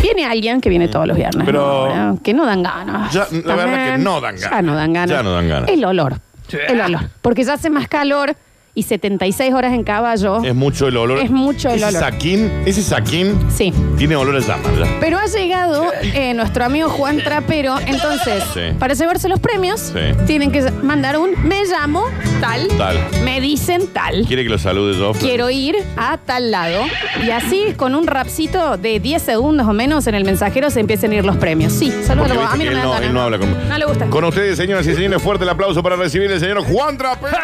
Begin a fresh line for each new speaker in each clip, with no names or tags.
Tiene alguien que viene todos los viernes.
Pero-
¿no? ¿no? Que no dan ganas.
Ya, la verdad que no dan
Ya
ganas.
no dan ganas.
Ya no dan ganas.
El olor. El olor. Porque ya hace más calor y 76 horas en caballo.
Es mucho el olor.
Es mucho el
ese
olor.
Saquín, ese saquín
Sí.
tiene olor a llama. ya.
Pero ha llegado eh, nuestro amigo Juan Trapero. Entonces,
Sí.
para llevarse los premios,
Sí.
tienen que mandar un me llamo tal,
Tal.
me dicen tal.
¿Quiere que lo salude yo?
Quiero ir a tal lado. Y así, con un rapcito de 10 segundos o menos en el mensajero, se empiezan a ir los premios. Sí,
Porque
salúdalo.
viste
A mí no me
que él
da
no,
ganas.
él no habla con...
No le gusta.
Con ustedes, señoras y señores, fuerte el aplauso para recibir el señor Juan Trapero.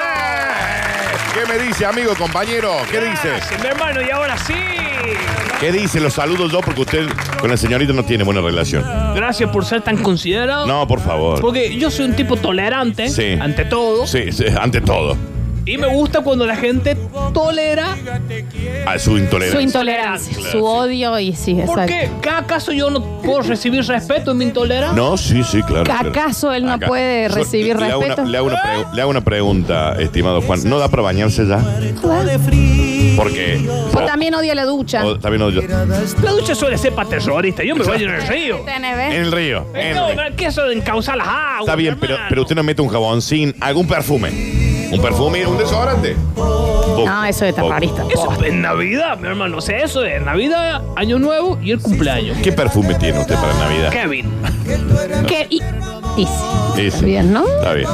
¿Qué me dice, amigo, compañero? ¿Qué dice?
Gracias, Mi hermano, y ahora sí.
¿Qué dice? Los saludo yo porque usted con el señorito no tiene buena relación.
Gracias por ser tan considerado.
No, por favor.
Porque yo soy un tipo tolerante,
Sí.
ante todo,
Sí, sí, ante todo.
y me gusta cuando la gente tolera,
A su
Su
intolerancia.
intolerancia,
Claro, sí.
su odio y sí, exacto.
porque cada caso yo no puedo recibir respeto en mi intolerancia.
No, sí, sí, claro. claro.
¿Acaso él no puede
Yo
recibir
le hago una-
respeto?
le, hago una pregu- le hago una pregunta, estimado Juan. ¿No da para bañarse ya? Porque.
O también odia la ducha.
o- también odio-
La ducha suele ser para terroristas, yo me voy en el río.
Tenés,
En
¿ves?
el río. en el
No,
río.
pero ¿qué eso de encauzar las aguas?
Está bien, pero,
hermano?
pero usted no mete un jaboncín, algún perfume. ¿Un perfume? ¿Un desodorante?
No, eso es terrorista.
Eso es en Navidad, mi hermano. O sea, eso es Navidad, Año Nuevo y el cumpleaños.
¿Qué perfume tiene usted para Navidad?
Kevin.
Que- y- y sí.
Ese.
Está bien, ¿no?
Está bien.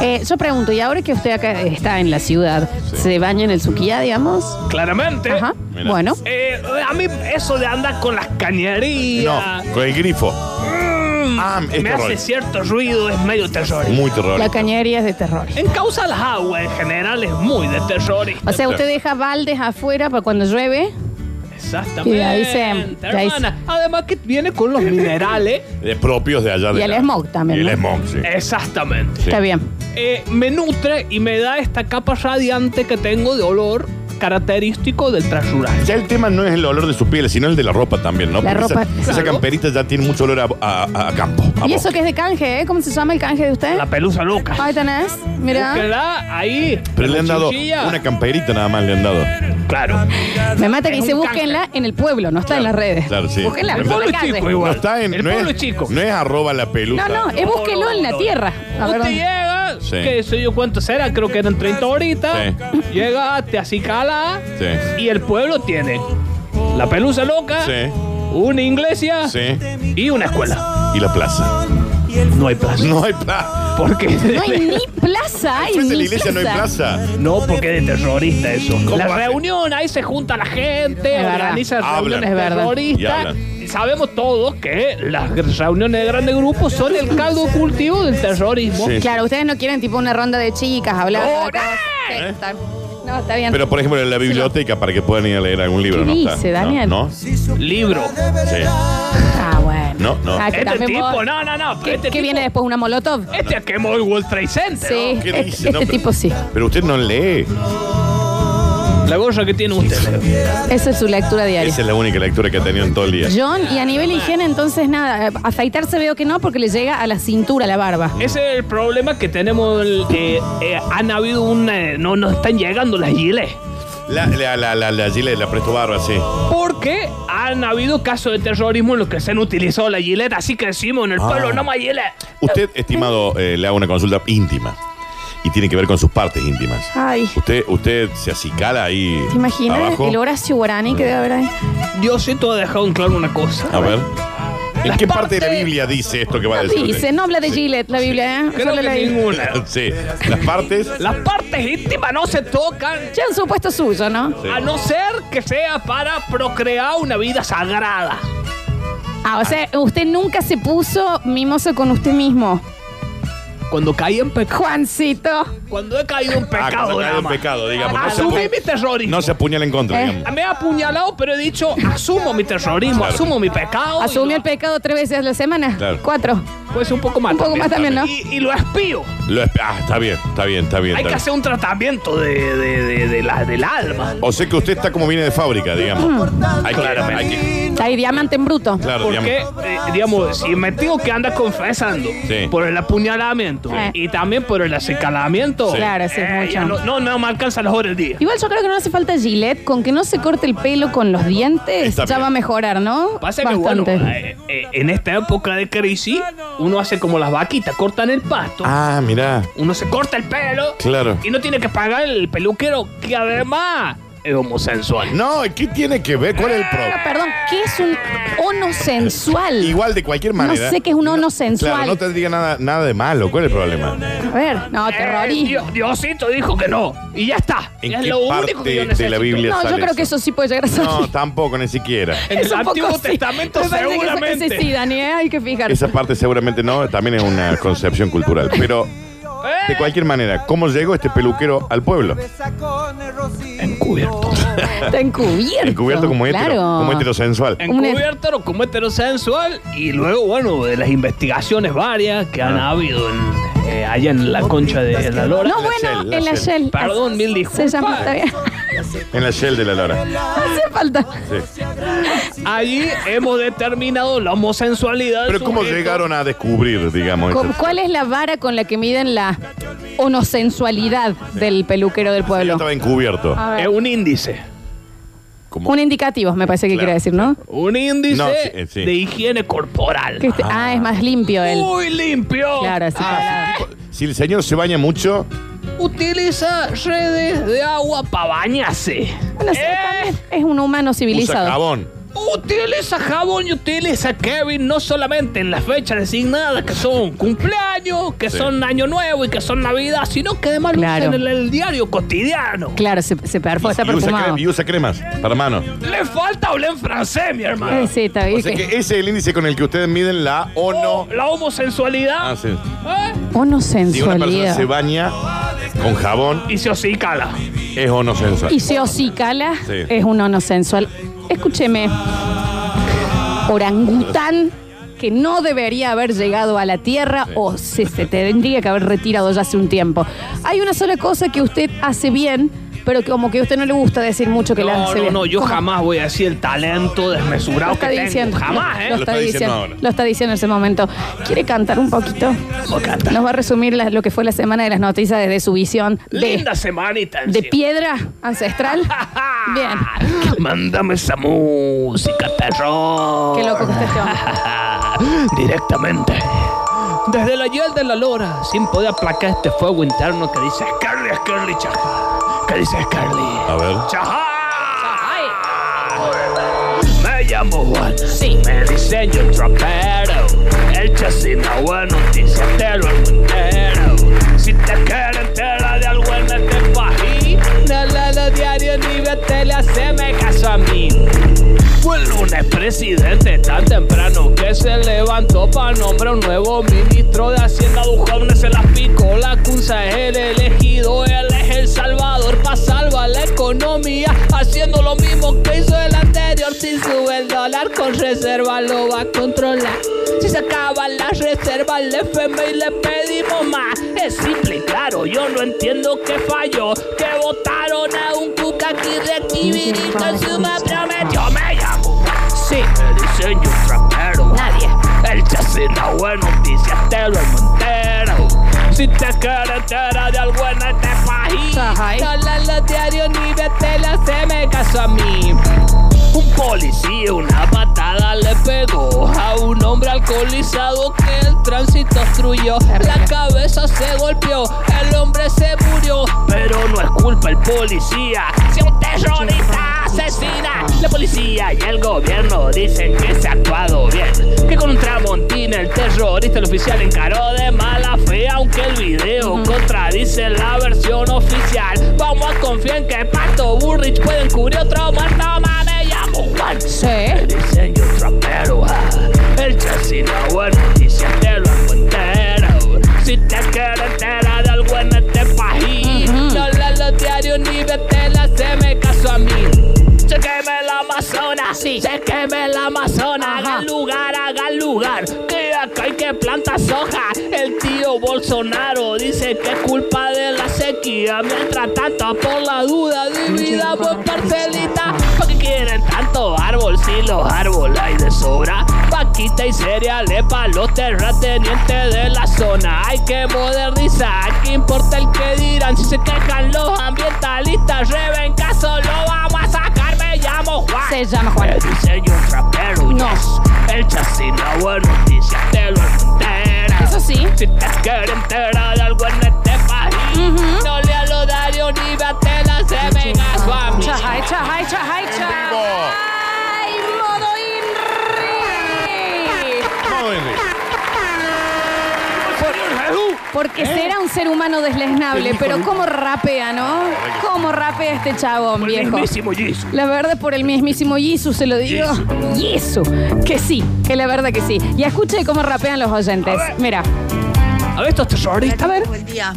Eh, yo pregunto, y ahora que usted acá está en la ciudad, ¿se baña en el Suquía, digamos?
Claramente.
Ajá.
Mira.
Bueno.
Eh, a mí eso de andar con las
No,
cañerías mm,
con el grifo. Ah, es
me
terror.
hace cierto ruido, es medio terrorista.
Muy terror.
La cañería es de terror.
En causa las aguas en general es muy de terrorista.
O sea, usted deja baldes afuera para cuando llueve.
Exactamente.
Y ahí se- ya ahí se-
hermana. Además que viene con los minerales.
De propios de allá. de
Y el
la-
smog también,
Y el
¿no?
smog, sí.
Eh, Exactamente.
Sí.
Está bien.
Eh, me nutre y me da esta capa radiante que tengo de olor característico del trasural.
Ya el tema no es el olor de su piel, sino el de la ropa también, ¿no?
La
Porque
ropa,
Esa, esa
claro.
camperita ya tiene mucho olor a, a- a campo. a
¿Y
bosque.
eso que es de canje, eh? ¿Cómo se llama el canje de usted?
La pelusa loca.
Ahí tenés, mira.
Búsquela ahí.
Pero le han dado
Cuchilla.
una camperita nada más, le han dado.
Claro.
Me mata que
Es
dice,
un
búsquenla en el pueblo, no está en las redes.
Claro, sí.
Búsquenla
El
en la
pueblo es
calle.
chico igual.
No está en.
El
no
pueblo
es,
chico.
No es arroba la pelusa.
No, no, es búsquelo en la tierra. A ver
Usted
dónde.
llega,
Sí.
que sé yo cuánto será, creo que eran 30 horitas. Llega, te acicala
Sí.
y el pueblo tiene la pelusa loca,
Sí.
una iglesia
Sí.
y una escuela.
Y la plaza.
No hay plaza.
No hay plaza.
Porque
No hay ni plaza, hay
Frente
ni
a la iglesia no hay plaza.
no, porque es de terrorista eso.
¿Cómo
La
hace?
reunión, ahí se junta la gente,
verdad.
organiza
Hablan.
reuniones
Es verdad.
Y
terroristas.
hablan.
Y Sabemos todos que las reuniones de grandes grupos son el caldo cultivo del terrorismo.
Sí.
Claro, ustedes no quieren tipo una ronda de chicas hablando.
No,
de cosas.
no.
Sí, está- No, está bien.
¿Eh? Pero por ejemplo en la biblioteca para que puedan ir a leer algún libro,
¿Qué
¿no?
dice,
está?
Daniel?
No, no. Sí.
Libro.
ah, bueno.
No, no.
Ah, que
Este
también
tipo,
vos-
no, no, no.
¿Qué,
este
qué
tipo-
viene después? ¿Una molotov?
Este quemó el World Trade Center.
sí,
¿Qué
este,
dice? No,
este
pero-
tipo sí.
Pero usted no lee.
¿no? La gorra que tiene usted.
Esa es su lectura diaria.
Esa es la única lectura que ha tenido en todo el día.
John, y a nivel higiene, entonces nada, eh, afeitarse veo que no porque le llega a la cintura la barba.
Ese es el problema que tenemos. el- eh, eh, han habido un. eh, no nos están llegando las giles.
La, la, la, la, la Gillette, la presto barba, sí.
Porque han habido casos de terrorismo en los que se han utilizado la gilet. Así que decimos en el
Ah.
pueblo, no más gilet.
Usted, estimado, eh, le hago una consulta íntima. Y tiene que ver con sus partes íntimas.
Ay,
Usted, usted se acicala ahí.
¿te imaginas
abajo?
el Horacio Guarani que debe haber ahí?
Diosito ha dejado en claro una cosa.
A ver. ¿En
Las
qué parte de la
partes-
Biblia dice esto que va a decir? usted?
Dice, no habla de Gillette la Biblia, ¿eh?
Creo
Solo
que
leí.
ninguna.
Sí. Las partes.
Las partes íntimas no se tocan.
Ya en su puesto suyo, ¿no?
Sí.
A no ser que sea para procrear una vida sagrada.
Ah, o sea, usted nunca se puso mimoso con usted mismo.
Cuando cae en pecado.
Juancito.
Cuando he caído en
Ah,
pecado,
cuando cae
nada
en
más.
pecado, digamos. No se,
Asumí
apu-
mi terrorismo. Ah,
no se apuñala en contra,
Eh.
digamos.
Me ha apuñalado, pero he dicho, asumo mi terrorismo,
Claro.
asumo mi pecado.
¿Asumió
Y
el pecado tres veces a la semana?
Claro.
Cuatro.
lo- Pues un poco más.
Un poco más también, ¿no?
Y, y lo espío.
Lo esp- ah, está bien, está bien, está bien.
Hay
está
que
bien.
hacer un tratamiento de, de- de- de la, del alma.
O sea que usted está como viene de fábrica, digamos.
Mm.
Hay que, hay que-
Está ahí diamante en bruto.
claro, digamos.
Porque, eh, digamos, si me tengo que andar confesando
Sí.
por el apuñalamiento
Sí.
y también por el acicalamiento, minutos.
Sí.
Claro, sí, es
Eh, ya
mucho.
no, no, no me alcanzan las horas del día.
Igual yo creo que no hace falta Gillette, con que no se corte el pelo con los dientes,
Está
ya
bien.
va a mejorar, ¿no?
Pasa que, bueno, eh, eh, en esta época de crisis, uno hace como las vaquitas, cortan el pasto,
Ah, mirá.
uno se corta el pelo
Claro.
y no tiene que pagar el peluquero, que además es homosensual.
No, ¿qué tiene que ver? ¿Cuál es el
Pero,
problema?
perdón, ¿qué es un ono sensual?
Igual de cualquier manera.
No sé qué es un ono sensual.
Claro, no tendría nada, nada de malo. ¿Cuál es el problema?
A ver, no,
Eh,
terrorismo.
Dios- Diosito dijo que no. Y ya está.
¿En
es
qué
lo
parte
único que yo
de la
necesito.
Biblia?
No, yo
sale
creo que
eso.
eso sí puede llegar a ser.
No, tampoco, ni siquiera.
En el
Eso un poco
Antiguo
sí.
Testamento
Me parece que eso-
seguramente.
ese sí, Dani, ¿eh? hay que fijarse.
Esa parte seguramente no, también es una concepción cultural. Pero,
Eh,
de cualquier manera, ¿cómo llegó este peluquero al pueblo?
Encubierto.
Está encubierto.
Encubierto como hétero,
Claro.
como heterosensual.
Un-
Encubierto como heterosensual y luego, bueno, de las investigaciones varias que
Ah.
han habido en, eh, allá en la concha de la lora.
No,
La
bueno,
Shell, la
en la
Shell.
Shell.
Perdón, mil
Se
disculpas.
llama, está bien.
En la shell de la lora.
Hace falta.
Sí.
Allí hemos determinado la homosensualidad.
Pero ¿cómo llegaron a descubrir, digamos?
¿Cu-
esto?
¿Cuál es la vara con la que miden la onosensualidad del peluquero del pueblo?
Estaba encubierto.
A ver.
Es un índice.
Como-
Ah. Un indicativo, me parece que
Claro.
quiere decir, ¿no?
Un índice
No, sí, eh, sí.
de higiene corporal.
Que este- ah, es más limpio él.
Muy limpio.
Claro, así
Ah,
Si el señor se baña mucho,
Utiliza redes de agua para bañarse.
Bueno, sí,
Eh,
también es un humano
usa
civilizado.
jabón.
Utiliza jabón y utiliza Kevin no solamente en las fechas designadas que son cumpleaños, que
Sí.
son año nuevo y que son navidad, sino que además lo
Claro.
usa en el, el diario cotidiano.
Claro, se, se perfora, está
Y usa,
perfumado.
cre- y usa cremas para mano.
Le falta hablar en francés, mi hermano.
Eh, sí, está bien.
O sea que ese es el índice con el que ustedes miden la o no.
Oh, La homosensualidad.
Ah, sí.
¿eh?
Oh,
Si una persona
Onosensualidad.
se baña con jabón,
Y se hocicala.
es o no sensual.
Y se hocicala,
Sí.
es un ono sensual. Escúcheme, orangután que no debería haber llegado a la Tierra o se, se tendría que haber retirado ya hace un tiempo. Hay una sola cosa que usted hace bien, pero que como que a usted no le gusta decir mucho que la
No,
hace
no,
bien.
no, yo
¿Cómo?
jamás voy a decir el talento
Lo
desmesurado que
está
tengo.
diciendo.
Jamás,
Lo
¿eh?
está
Lo está diciendo
diciendo.
ahora.
Lo está diciendo en ese momento. ¿Quiere cantar un poquito?
Lo canta.
Nos va a resumir la- lo que fue la semana de las noticias desde su visión de,
Linda semanita.
de
encima. Ah,
piedra ancestral. Bien.
Mándame esa música, terror.
Qué loco que está este hombre.
Directamente. Desde la hiel de la lora, sin poder aplacar este fuego interno que dice Scarly, Scarly, chaja. Que dice Scarly.
A ver.
¡Chaja! Me llamo Juan. Me diseño el trapero. El chasina bueno, noticiatero el entero. Si te quieres enterar de algo en este país, no la lo diario ni ve tele, haceme caso a mí. Fue el lunes presidente tan temprano que se levantó para nombrar un nuevo ministro de Hacienda. Duhovne se las picó la cunza, es el elegido, él es el salvador para salvar la economía. Haciendo lo mismo que hizo el anterior, si sube el dólar con reserva lo va a controlar. Si se acaban las reservas, el FMI le pedimos más. Es simple y claro, yo no entiendo qué falló. Que votaron a un cuca que de Kibiri con su mamá prometió. Me llamo, sí, el diseño un trapero. Nadie. El chasina bueno, noticias te lo entero. Si te quieres enterar de algo en este país,
Ajá.
no lees los diarios ni ves tele, se me caso a mí. Un policía una patada le pegó a un hombre alcoholizado que el tránsito obstruyó. La cabeza se golpeó, el hombre se murió, pero no es culpa el policía. Si un terrorista asesina, la policía y el gobierno dicen que se ha actuado bien. Que con un tramontín el terrorista el oficial encaró de mala fe, aunque el video contradice la versión oficial. Vamos a confiar en que Pato Burrich puede cubrir otro muerto más me llamo Juan.
Sí.
El diseño trapero, ah. el chasino bueno, dice te lo hago entero. Si te quieres enterar de algo en este país, no lees los diarios ni vetelas, se me caso a mí. Se queme la Amazonas,
Sí.
se queme la Amazonas,
Ajá.
haga lugar, haga lugar, que acá hay que plantar soja. El tío Bolsonaro dice que es culpa de la sequía, mientras tanto por la duda divida por parcelita. ¿Para qué quieren tanto árbol si los árboles hay de sobra? Paquita y serie. cereales para los terratenientes de la zona. Hay que modernizar, ¿qué importa el que dirán? Si se quejan los ambientalistas, reben caso, lo vamos a sacar. Me llamo Juan.
Se llama Juan.
Me diseño un trapero,
No.
yes. El chasis no buena noticia, te lo entero.
Eso sí.
Si te quieres enterar de algo en este país, no le a los Dario ni Batela, se venga su amigo.
Chajay, chajay, chajay, chajay.
vivo.
¡Ay, modo Inri!
No, Henry.
¿Eh?
Porque será un ser humano desleznable, pero cómo rapea, ¿no? Cómo rapea este chabón, viejo.
Jesus.
La verdad, por el mismísimo Jesús se lo digo. Jesús. Que sí, que la verdad que sí. Y escuche cómo rapean los oyentes. Mira,
A ver estos terroristas.
a ver.
Buen día.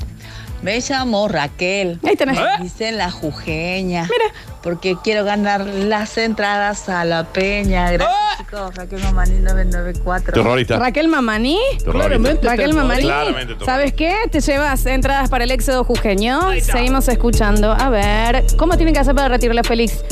Me llamo Raquel.
Ahí tenés.
¿Eh?
Dicen la jujeña.
Mira.
Porque quiero ganar las entradas a la peña. Gracias,
Ah.
chicos. Raquel Mamani 994.
Terrorista.
Raquel Mamani.
Terrorista.
Raquel Mamani.
Claramente terrorista.
¿Sabes qué? Te llevas entradas para el éxodo jujeño.
Ahí está.
Seguimos escuchando. A ver, ¿cómo tienen que hacer para retirarla, Félix?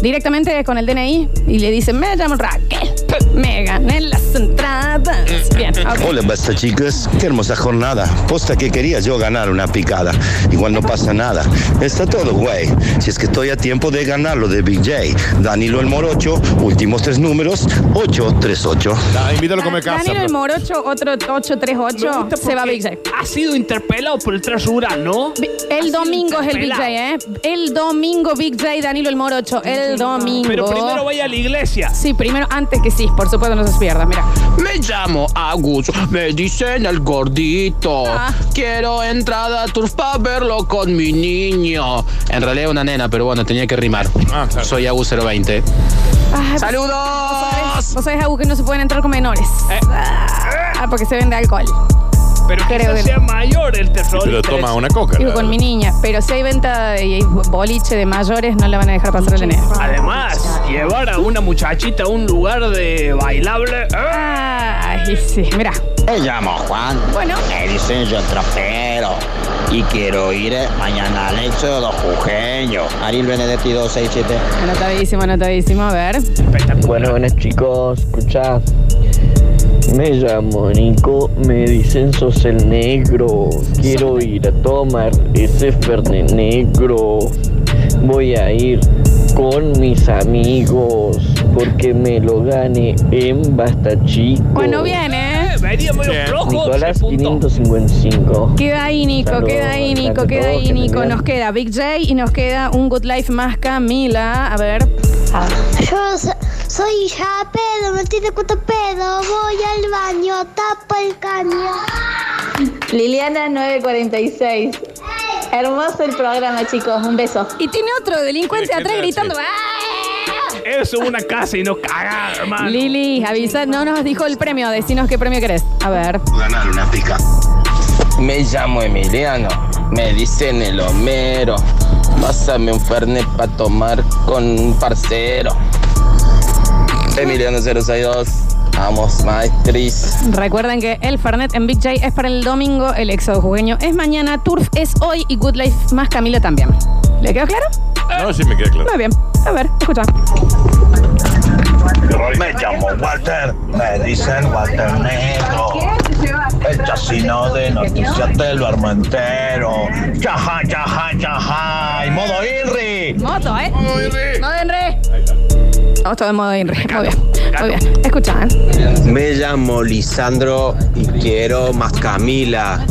Directamente con el DNI y le dicen, me llamo Raquel. Me gané las
Mm.
entradas. Bien, ok.
Hola, basta chicas. Qué hermosa jornada. Posta que quería yo ganar una picada. Igual no pasa nada. Está todo, güey. Si es que estoy a tiempo de ganarlo de Big J. Danilo el Morocho, últimos tres números, 838.
Da, Invítalo a comer casa.
Ah, Daniel el Morocho, otro 838, se va a Big J.
Ha sido interpelado por el trasura, ¿no?
El domingo es el Big
interpelado.
J, ¿eh? El domingo Big J, Danilo el Morocho. El domingo.
Pero primero vaya a la iglesia.
Sí, primero, antes que sí, por supuesto, no se pierdas, mira.
Me llamo Agus, me dicen el gordito.
Ah.
Quiero entrada a Turf para verlo con mi niño. En realidad una nena, pero bueno, tenía que rimar.
Ah, claro.
Soy Agus 020.
Ay,
¡Saludos!
Ah, Vos sabés, Agus, que no se pueden entrar con menores.
Eh.
Ah, porque se vende alcohol.
Pero
Creo
quizás
que-
sea mayor el terrorista.
Pero toma una coca.
Digo,
la-
con mi niña. Pero si hay venta y hay boliche de mayores, no la van a dejar pasar el enero.
Además, llevar a una muchachita a un lugar de bailable. ¿eh?
Ay, sí, mira.
Me llamo Juan,
Bueno,
me dicen yo trapero y quiero ir eh, mañana al éxodo jujeño. Ariel Benedetti 267.
anotadísimo, anotadísimo. A ver.
Bueno, buenas chicos, escuchad. Me llamo Nico, me dicen sos el negro. Quiero ir a tomar ese ferne negro. Voy a ir con mis amigos porque me lo gane en Basta Chico.
Bueno, viene.
Eh, Venía medio
Bien.
flojo.
Nicolás
se puntó.
555.
Queda ahí, Nico,
Saludos,
queda ahí,
adelante
Nico, queda
todos,
ahí,
que
Nico.
tengan-
Nos queda Big J y nos queda un Good Life más Camila. A ver.
Yo so- soy hija de pedo, me tiene cuánto pedo, voy al baño, tapo el caño.
Liliana 946. Hermoso el programa, chicos. Un beso.
Y tiene otro delincuente
¿Qué
atrás
te
gritando.
hace?
¡Ah!
Eso es una casa y Ah, no cagar, hermano.
Lili, avisa, no nos dijo el premio, decinos qué premio querés. A ver.
Ganar una picada.
Me llamo Emiliano, me dicen el Homero. Pásame un fernet para tomar con un parcero. Emiliano 062, vamos maestris.
Recuerden que el Fernet en Big J es para el domingo, el éxodo jugueño es mañana, Turf es hoy y Good Life más Camila también. ¿Le quedó claro?
No, sí me queda claro.
Muy bien. A ver, escucha.
Me llamo Walter, me dicen Walter Negro. El chasino de noticias te lo armo entero. Chaja, chaja, chaja. Y modo Inri.
Moto, ¿eh?
Modo Inri.
Modo Inri. Vamos todo en modo Inri. Muy bien. Muy bien. Escucha, ¿eh?
Me llamo Lisandro y quiero más Camila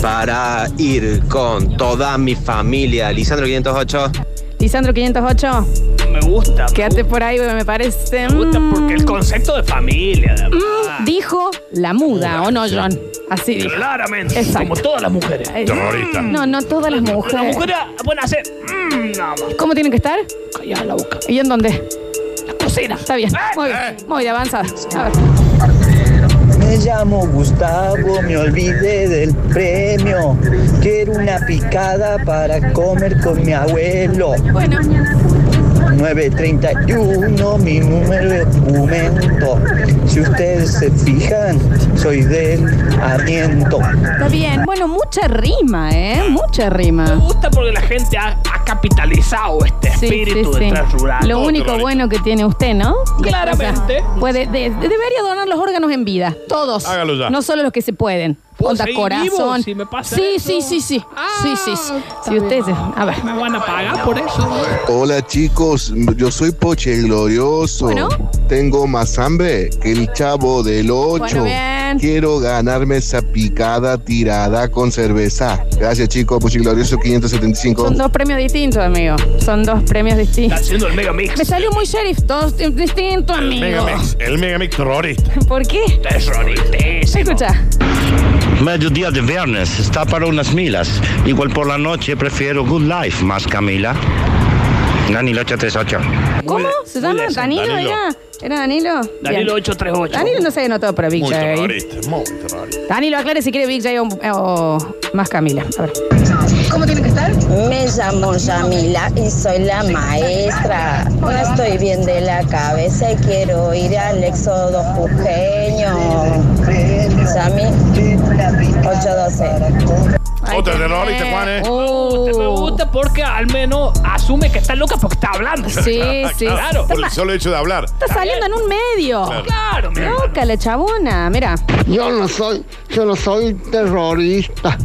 para ir con toda mi familia. Lisandro 508.
Lisandro 508,
Me gusta. me
quédate por ahí porque me parece.
Me gusta porque el
mm,
concepto de familia, de verdad.
Dijo la muda, ¿o no, John? Así dijo.
Claramente.
Exacto. Eh.
Como todas las mujeres.
Ay, mm.
Terrorista.
No, no todas las
Las
mujeres.
mujeres pueden hacer. Mmm, nada más.
¿Cómo tienen que estar?
Callada la boca.
¿Y en dónde?
La cocina. Eh,
Está bien. Muy bien. Muy bien, avanzada. A ver.
Me llamo Gustavo, me olvidé del premio. Quiero una picada para comer con mi abuelo.
Bueno,
931, mi número de documento.
Si ustedes se fijan, soy del aliento.
Está bien. Bueno, mucha rima, ¿eh? Mucha
Me
rima.
gusta porque la gente ha, ha capitalizado este
Sí,
espíritu
sí,
de
sí.
tras rural.
Lo único bueno que tiene usted, ¿no?
Claramente.
O sea, puede, de- de- debería donar los órganos en vida. Todos.
Hágalo ya.
No solo los que se pueden.
¿Puedo
Onda
seguir
corazón.
vivo si me pasa Ah,
sí,
eso?
sí, sí, sí. sí, sí, sí. Si usted. se- A ver.
¿Me van a pagar por eso?
Hola chicos, yo soy Poche Glorioso.
Bueno.
Tengo más hambre que el chavo del 8.
Bueno, bien.
Quiero ganarme esa picada tirada con cerveza. Gracias chicos, Poche Glorioso 575.
Son dos premios distintos, amigo. Son dos premios distintos.
Está haciendo el Megamix.
Me salió muy sheriff. Dos di- distintos, amigo.
Megamix, el Megamix terrorista.
¿Por qué? Escucha.
Mediodía de viernes, está para unas milas. Igual por la noche prefiero Good Life más Camila. Dani 838.
¿Cómo? ¿Se llama? Danilo, era. ¿Era Danilo?
Danilo
838. Danilo no se denotó para Big
Muy
J.
terrorista, muy terrorista.
Danilo, aclare si quiere Big J o, o más Camila. A ver.
¿Cómo tiene que estar? Me llamo Yamila y soy la maestra. No estoy bien de la cabeza y quiero ir al éxodo jujeño. Yami 812.
Otra terrorista, Juan, ¿eh?
Usted
Oh.
me gusta porque al menos asume que está loca porque está hablando. Claro.
Por el solo hecho de hablar.
Está saliendo en un medio.
Claro,
Loca la chabona, mira.
Yo no soy, yo no soy terrorista.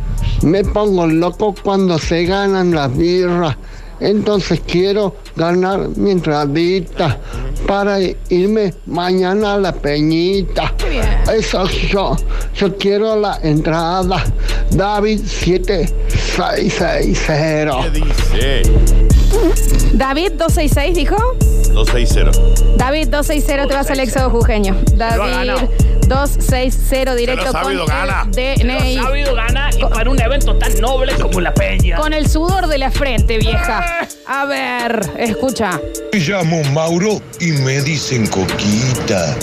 Me pongo loco cuando se ganan las birras. Entonces quiero ganar mi entradita para irme mañana a la peñita. Eso yo, yo quiero la entrada. David 7660.
Sí,
David 266 dijo.
260.
David 260 te vas al éxodo jujeño. David 260 directo con
sabido
el
gana.
DNI.
Lo sabido gana y para un evento tan noble como la peña.
Con el sudor de la frente,
Eh.
vieja. A ver, escucha.
Me llamo Mauro y me dicen Coquita.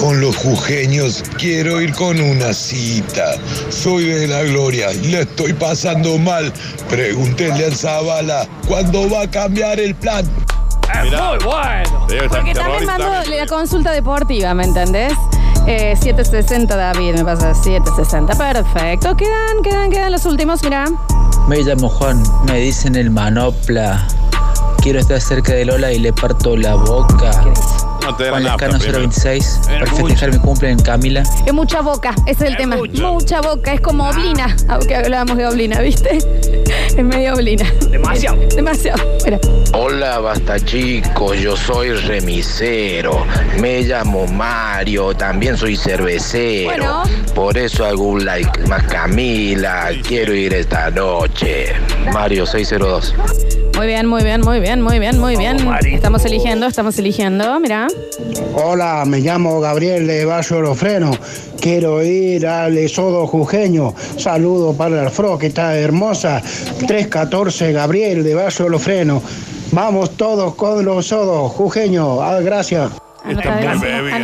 Con los jujeños quiero ir con una cita. Soy de la gloria y la estoy pasando mal. Pregúntenle al Zavala cuándo va a cambiar el plan.
Es muy bueno.
Porque también mando la consulta deportiva, ¿me entendés? Eh, 760, David, me pasa 760. Perfecto. Quedan, quedan, quedan los últimos, mirá.
Me llamo Juan, me dicen el manopla. Quiero estar cerca de Lola y le parto la boca.
No te den
Juan
nafta,
Lescano
primero. Eh.
026, para festejar mi cumple en Camila.
Es mucha boca, ese es el tema. Mucha boca, es como oblina. Aunque hablábamos de oblina, ¿viste? Es medio oblina.
Demasiado.
Demasiado. Mira.
Hola, basta chicos, yo soy remisero, me llamo Mario, también soy cervecero.
Bueno.
Por eso hago un like más Camila, quiero ir esta noche. Mario 602.
Muy bien, muy bien, muy bien, muy bien, muy bien. Estamos eligiendo, estamos eligiendo, mira.
Hola, me llamo Gabriel de Valle Orofreno. Quiero ir al Esodo Jujeño. Saludo para el Fro, que está hermosa. 314 Gabriel de Valle Orofreno. Vamos todos con los Sodos Jujeño. Ah, gracias.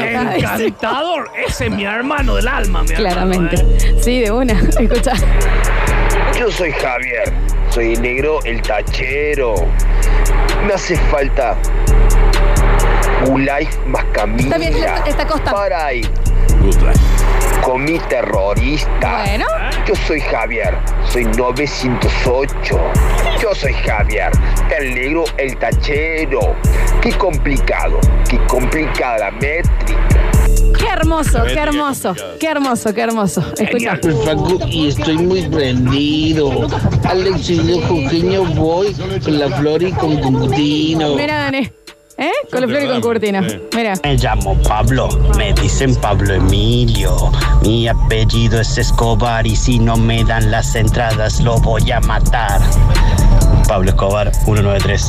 Encantador. Ese es mi hermano ¿eh? del alma, mi
Claramente. Sí, de una. Escucha.
Yo soy Javier, soy negro el tachero. Me hace falta un life más camilla.
Está bien, está- está costando.
Para ahí. Comí terrorista.
Bueno.
Yo soy Javier, soy 908. Yo soy Javier, el negro el tachero. Qué complicado, qué complicada la métrica.
Qué hermoso, qué hermoso, qué hermoso, qué hermoso. Escucha.
Facu, y estoy muy prendido. Alex y yo, Jujeño, voy con la flor y con Cucutino.
Mira, Dani. ¿Eh? Con la flor y con cortina. Mira.
Me llamo Pablo, me dicen Pablo Emilio. Mi apellido es Escobar y si no me dan las entradas lo voy a matar. Pablo Escobar, 193.